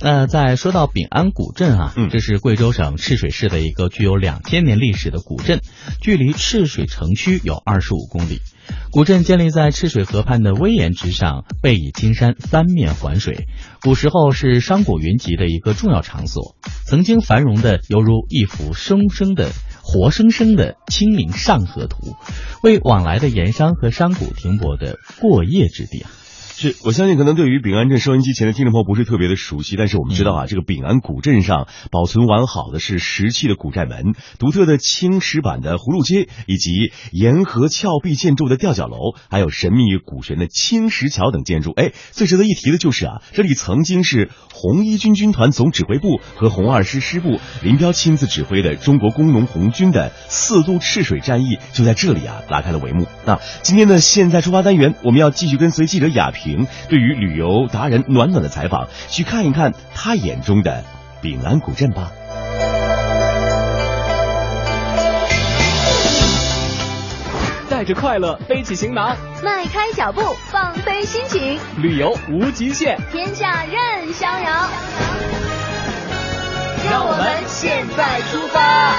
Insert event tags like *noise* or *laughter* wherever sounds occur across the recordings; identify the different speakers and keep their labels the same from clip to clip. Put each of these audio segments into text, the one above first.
Speaker 1: 那呃在说到丙安古镇啊，
Speaker 2: 嗯
Speaker 1: 这是贵州省赤水市的一个具有两千年历史的古镇，距离赤水城区有二十五公里。古镇建立在赤水河畔的危岩之上，背倚金山，三面环水。古时候是商贾云集的一个重要场所，曾经繁荣的犹如一幅生生的、活生生的《清明上河图》，为往来的盐商和商贾停泊的过夜之地啊。
Speaker 2: 是，我相信可能对于丙安镇收音机前的听众朋友不是特别的熟悉，但是我们知道啊，这个丙安古镇上保存完好的是石砌的古寨门、独特的青石板的葫芦街，以及沿河峭壁建筑的吊脚楼，还有神秘古神的青石桥等建筑。哎，最值得一提的就是啊，这里曾经是红一军军团总指挥部和红二师师部林彪亲自指挥的中国工农红军的四渡赤水战役，就在这里啊拉开了帷幕。那今天的现在出发单元，我们要继续跟随记者亚平对于旅游达人暖暖的采访，去看一看他眼中的丙安古镇吧。
Speaker 3: 带着快乐背起行囊，
Speaker 4: 迈开脚步，放飞心情，
Speaker 3: 旅游无极限。
Speaker 4: 天下任逍遥。让我们现在出发。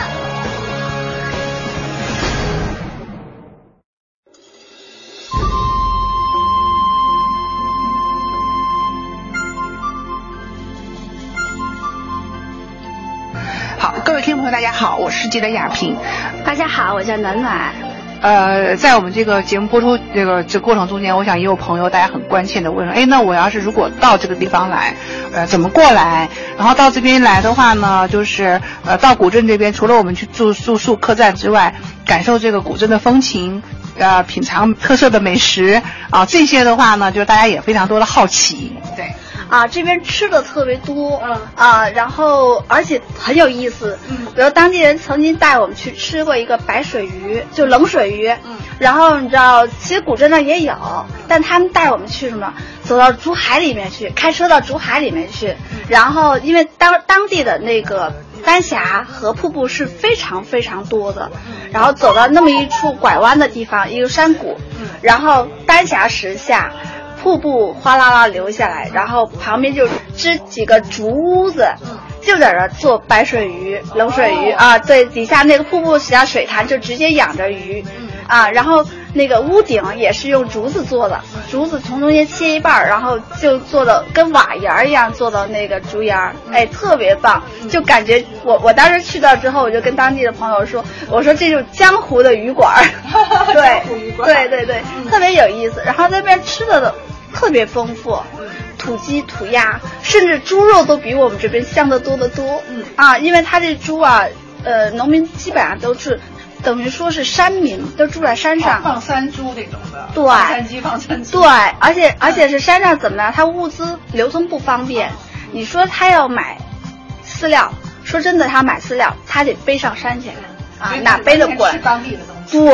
Speaker 5: 好，各位听众朋友，大家好，我是记者亚萍。
Speaker 4: 大家好，我叫暖暖。
Speaker 5: 呃，在我们这个节目播出这个这过程中间，我想也有朋友大家很关切的问说，哎，那我要是如果到这个地方来，呃，怎么过来？然后到这边来的话呢，就是呃，到古镇这边，除了我们去住住宿客栈之外，感受这个古镇的风情，呃，品尝特色的美食啊、这些的话呢，就是大家也非常多的好奇，对。
Speaker 6: 啊，这边吃的特别多，
Speaker 5: 嗯
Speaker 6: 啊，然后而且很有意思，
Speaker 5: 嗯
Speaker 6: 比如当地人曾经带我们去吃过一个白水鱼，就冷水鱼，
Speaker 5: 嗯
Speaker 6: 然后你知道，其实古镇那儿也有，但他们带我们去什么，走到竹海里面去，开车到竹海里面去，
Speaker 5: 嗯
Speaker 6: 然后因为当当地的那个丹霞和瀑布是非常非常多的，
Speaker 5: 嗯
Speaker 6: 然后走到那么一处拐弯的地方，一个山谷，
Speaker 5: 嗯
Speaker 6: 然后丹霞石下。瀑布哗啦啦流下来，然后旁边就支几个竹屋子，就在这儿做白水鱼、冷水鱼、
Speaker 5: 哦
Speaker 6: 啊。对，底下那个瀑布底下水潭就直接养着鱼，
Speaker 5: 嗯
Speaker 6: 啊，然后那个屋顶也是用竹子做的，竹子从中间切一半儿，然后就做的跟瓦檐儿一样做的那个竹檐儿，
Speaker 5: 嗯
Speaker 6: 哎，特别棒，就感觉我我当时去到之后，我就跟当地的朋友说，我说这就是江湖的鱼
Speaker 5: *laughs*
Speaker 6: 馆儿，
Speaker 5: 江湖
Speaker 6: 对
Speaker 5: 鱼馆
Speaker 6: 对
Speaker 5: 儿
Speaker 6: 对对，特别有意思。然后那边吃的都特别丰富。土鸡、土鸭，甚至猪肉都比我们这边香的多得多。嗯啊，因为它这猪啊，呃，农民基本上都是，等于说是山民，都住在山上。
Speaker 5: 放山猪这种的，
Speaker 6: 对
Speaker 5: 哦放山鸡放山
Speaker 6: 对
Speaker 5: 猪，，
Speaker 6: 而且而且是山上怎么样，它物资流通不方便。你说他要买饲料，说真的，他买饲料，他得背上山去啊
Speaker 5: 所以，
Speaker 6: 哪
Speaker 5: 就是
Speaker 6: 背得
Speaker 5: 完全
Speaker 6: 过
Speaker 5: 吃
Speaker 6: 来？
Speaker 5: 当地的东西。
Speaker 6: 对，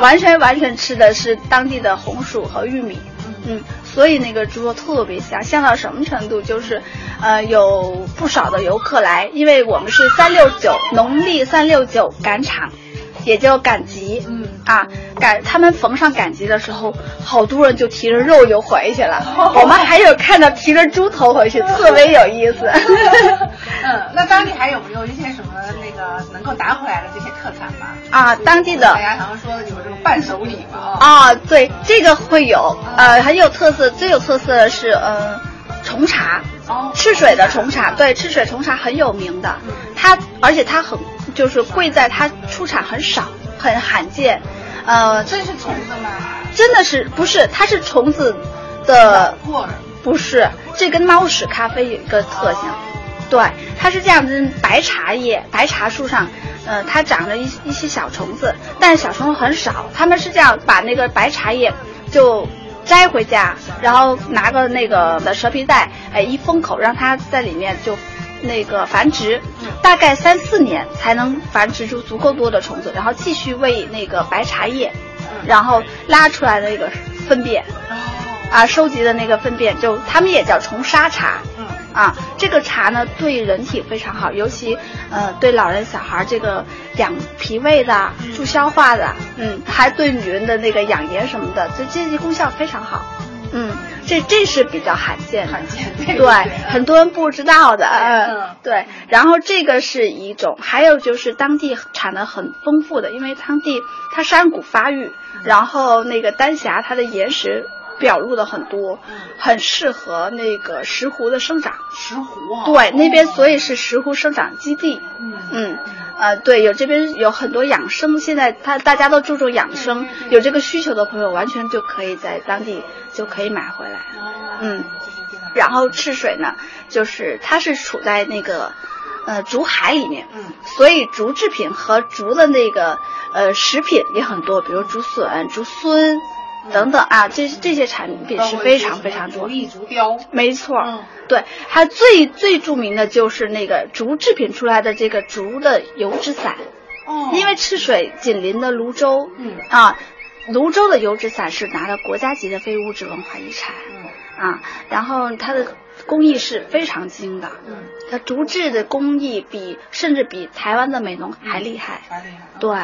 Speaker 6: 完全完全吃的是当地的红薯和玉米。嗯，所以那个猪肉特别香，香到什么程度？就是，呃，有不少的游客来，因为我们是三六九农历三六九赶场，也叫赶集。嗯啊，赶他们逢上赶集的时候，好多人就提着肉就回去了。我们还有看到提着猪头回去，特别有意思。 *laughs*
Speaker 5: 嗯，那当地还有没有一些什么那个能够拿回来的这些特产吗？
Speaker 6: 啊，当地的
Speaker 5: 大家常说的有这种伴手礼嘛啊。
Speaker 6: 啊，对，这个会有，呃，很有特色。最有特色的是，呃，虫茶，
Speaker 5: 哦嗯
Speaker 6: 赤水的虫茶，对，赤水虫茶很有名的。它，而且它很，就是贵在它出产很少，很罕见。呃，
Speaker 5: 真是虫子吗？
Speaker 6: 真的是不是？它是虫子的，
Speaker 5: 过儿
Speaker 6: 不是，这跟猫屎咖啡有一个特性。对，它是这样子，白茶叶，白茶树上，呃，它长着一一些小虫子，但是小虫子很少。他们是这样把那个白茶叶就摘回家，然后拿个那个的蛇皮袋，哎，一封口，让它在里面就那个繁殖，大概三四年才能繁殖出足够多的虫子，然后继续喂那个白茶叶，然后拉出来的那个粪便，啊，收集的那个粪便，就他们也叫虫沙茶。
Speaker 5: 嗯
Speaker 6: 啊，这个茶呢对人体非常好，尤其呃对老人、小孩这个养脾胃的、助消化的，嗯，还对女人的那个养颜什么的，就这些功效非常好。嗯，这这是比较罕见的，
Speaker 5: 罕见这个
Speaker 6: 对
Speaker 5: 是，
Speaker 6: 很多人不知道的，嗯
Speaker 5: 嗯，
Speaker 6: 对。然后这个是一种，还有就是当地产的很丰富的，因为当地它山谷发育，
Speaker 5: 嗯
Speaker 6: 然后那个丹霞它的岩石表露的很多，很适合那个石斛的生长。
Speaker 5: 嗯石斛啊，
Speaker 6: 对，那边所以是石斛生长基地。
Speaker 5: 嗯，
Speaker 6: 嗯，呃，对，有这边有很多养生，现在他大家都注重养生，有这个需求的朋友完全就可以在当地就可以买回来。
Speaker 5: 哦
Speaker 6: 嗯，然后赤水呢，就是它是处在那个呃竹海里面，
Speaker 5: 嗯，
Speaker 6: 所以竹制品和竹的那个呃食品也很多，比如竹笋、竹荪等等啊，这这些产品是非常非常
Speaker 5: 独
Speaker 6: 多。
Speaker 5: 立竹雕，
Speaker 6: 没错，
Speaker 5: 嗯
Speaker 6: 对，它最最著名的就是那个竹制品出来的这个竹的油纸伞，
Speaker 5: 哦
Speaker 6: 因为赤水紧邻的泸州，
Speaker 5: 嗯
Speaker 6: 啊，泸州的油纸伞是拿了国家级的非物质文化遗产，
Speaker 5: 嗯
Speaker 6: 啊，然后它的工艺是非常精的，
Speaker 5: 嗯，
Speaker 6: 它竹制的工艺比甚至比台湾的美浓
Speaker 5: 嗯
Speaker 6: 还厉害，
Speaker 5: 啥厉害？
Speaker 6: 对，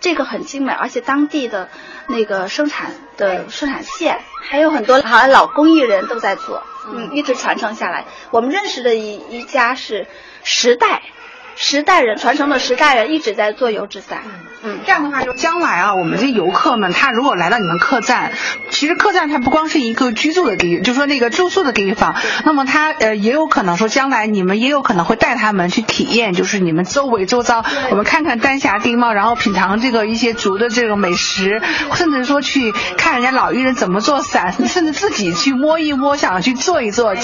Speaker 6: 这个很精美，而且当地的那个生产的生产线，还有很多好像老工艺人都在做，嗯，一直传承下来。我们认识的一一家是十代，十代人传承的十代人一直在做油纸伞，嗯，
Speaker 5: 这样的话，就将来啊，我们这游客们，他如果来到你们客栈，其实客栈它不光是一个居住的地，就说那个住宿的地方，那么它呃也有可能说将来你们也有可能会带他们去体验，就是你们周围周遭，我们看看丹霞地貌，然后品尝这个一些竹的这个美食，甚至说去看人家老艺人怎么做伞， *laughs* 甚至自己去摸一摸，想去做一做，哎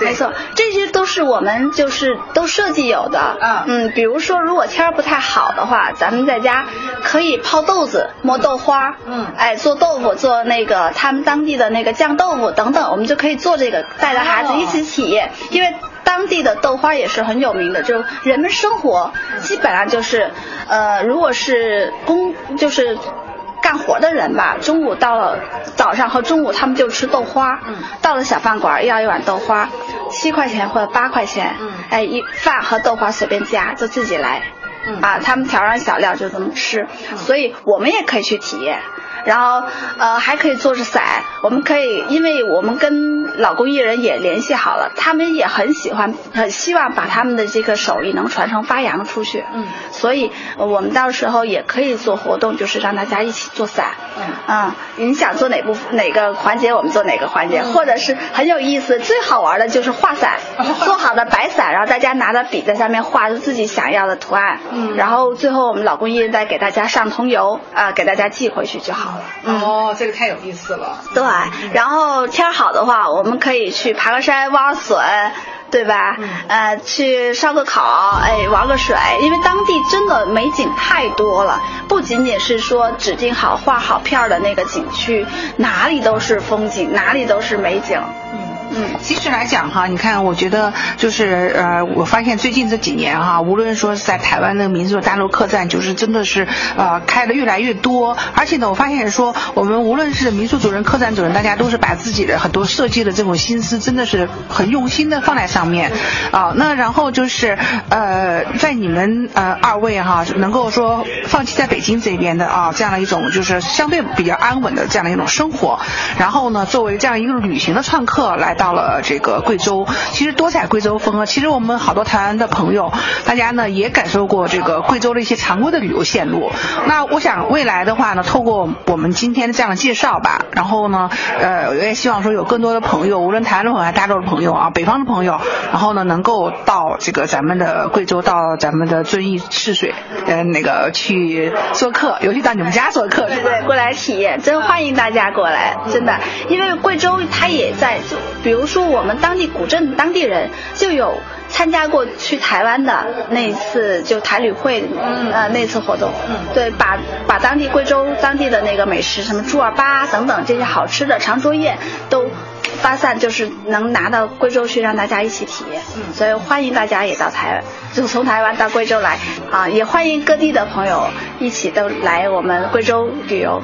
Speaker 5: 对
Speaker 6: 没错，这些都是我们就是都设计有的。
Speaker 5: 啊
Speaker 6: 嗯，比如说如果天儿不太好的话，咱们在家可以泡豆子、磨豆花，
Speaker 5: 嗯
Speaker 6: 哎，做豆腐，做那个他们当地的那个酱豆腐等等，我们就可以做这个，带着孩子
Speaker 5: 哦
Speaker 6: 一起体验，因为。当地的豆花也是很有名的，就人们生活基本上就是，呃，如果是工就是干活的人吧，中午到了早上和中午他们就吃豆花，
Speaker 5: 嗯
Speaker 6: 到了小饭馆要一碗豆花，七块钱或者八块钱，
Speaker 5: 嗯
Speaker 6: 哎，一饭和豆花随便加，就自己来，
Speaker 5: 嗯
Speaker 6: 啊，他们调上小料就这么吃，所以我们也可以去体验。然后，呃，还可以做着伞，我们可以，因为我们跟老工艺人也联系好了，他们也很喜欢，很希望把他们的这个手艺能传承发扬出去。
Speaker 5: 嗯
Speaker 6: 所以呃我们到时候也可以做活动，就是让大家一起做伞。啊、嗯，你想做哪部分哪个环节，我们做哪个环节，
Speaker 5: 嗯
Speaker 6: 或者是很有意思，最好玩的就是画
Speaker 5: *laughs*
Speaker 6: 伞，做好的白伞，然后大家拿着笔在上面画出自己想要的图案，
Speaker 5: 嗯
Speaker 6: 然后最后我们老工艺人再给大家上桐油啊、给大家寄回去就好了。嗯。
Speaker 5: 哦，这个太有意思了。
Speaker 6: 对，然后天儿好的话，我们可以去爬个山、挖个笋，对吧？
Speaker 5: 嗯
Speaker 6: 呃，去烧个烤，哎，玩个水，因为当地真的美景太多了，不仅仅是说指定好、画好片儿的那个景区，哪里都是风景，哪里都是美景。
Speaker 5: 嗯。
Speaker 6: 嗯，
Speaker 5: 其实来讲哈，你看，我觉得就是呃，我发现最近这几年哈，无论说是在台湾的民宿、大陆客栈，就是真的是呃开的越来越多。而且呢，我发现说，我们无论是民宿主人、客栈主人，大家都是把自己的很多设计的这种心思，真的是很用心的放在上面啊、那然后就是呃，在你们呃二位哈，能够说放弃在北京这边的啊、这样的一种就是相对比较安稳的这样的一种生活，然后呢，作为这样一个旅行的创客来到了这个贵州，其实多彩贵州风啊，其实我们好多台湾的朋友，大家呢也感受过这个贵州的一些常规的旅游线路。那我想未来的话呢，透过我们今天这样的介绍吧，然后呢，呃，我也希望说有更多的朋友，无论台湾的朋友还是大陆的朋友啊，北方的朋友，然后呢能够到这个咱们的贵州，到咱们的遵义赤水，呃，那个去做客，尤其到你们家做客，
Speaker 6: 对嗯
Speaker 5: 是吧
Speaker 6: 对，过来体验，真欢迎大家过来，真的，因为贵州它也在，就比如说我们当地古镇当地人就有参加过去台湾的那一次就台旅会，呃那次活动，对，把把当地贵州当地的那个美食，什么猪耳巴等等这些好吃的长桌宴都。发散就是能拿到贵州去让大家一起体验，所以欢迎大家也到台湾，就从台湾到贵州来啊，也欢迎各地的朋友一起都来我们贵州旅游。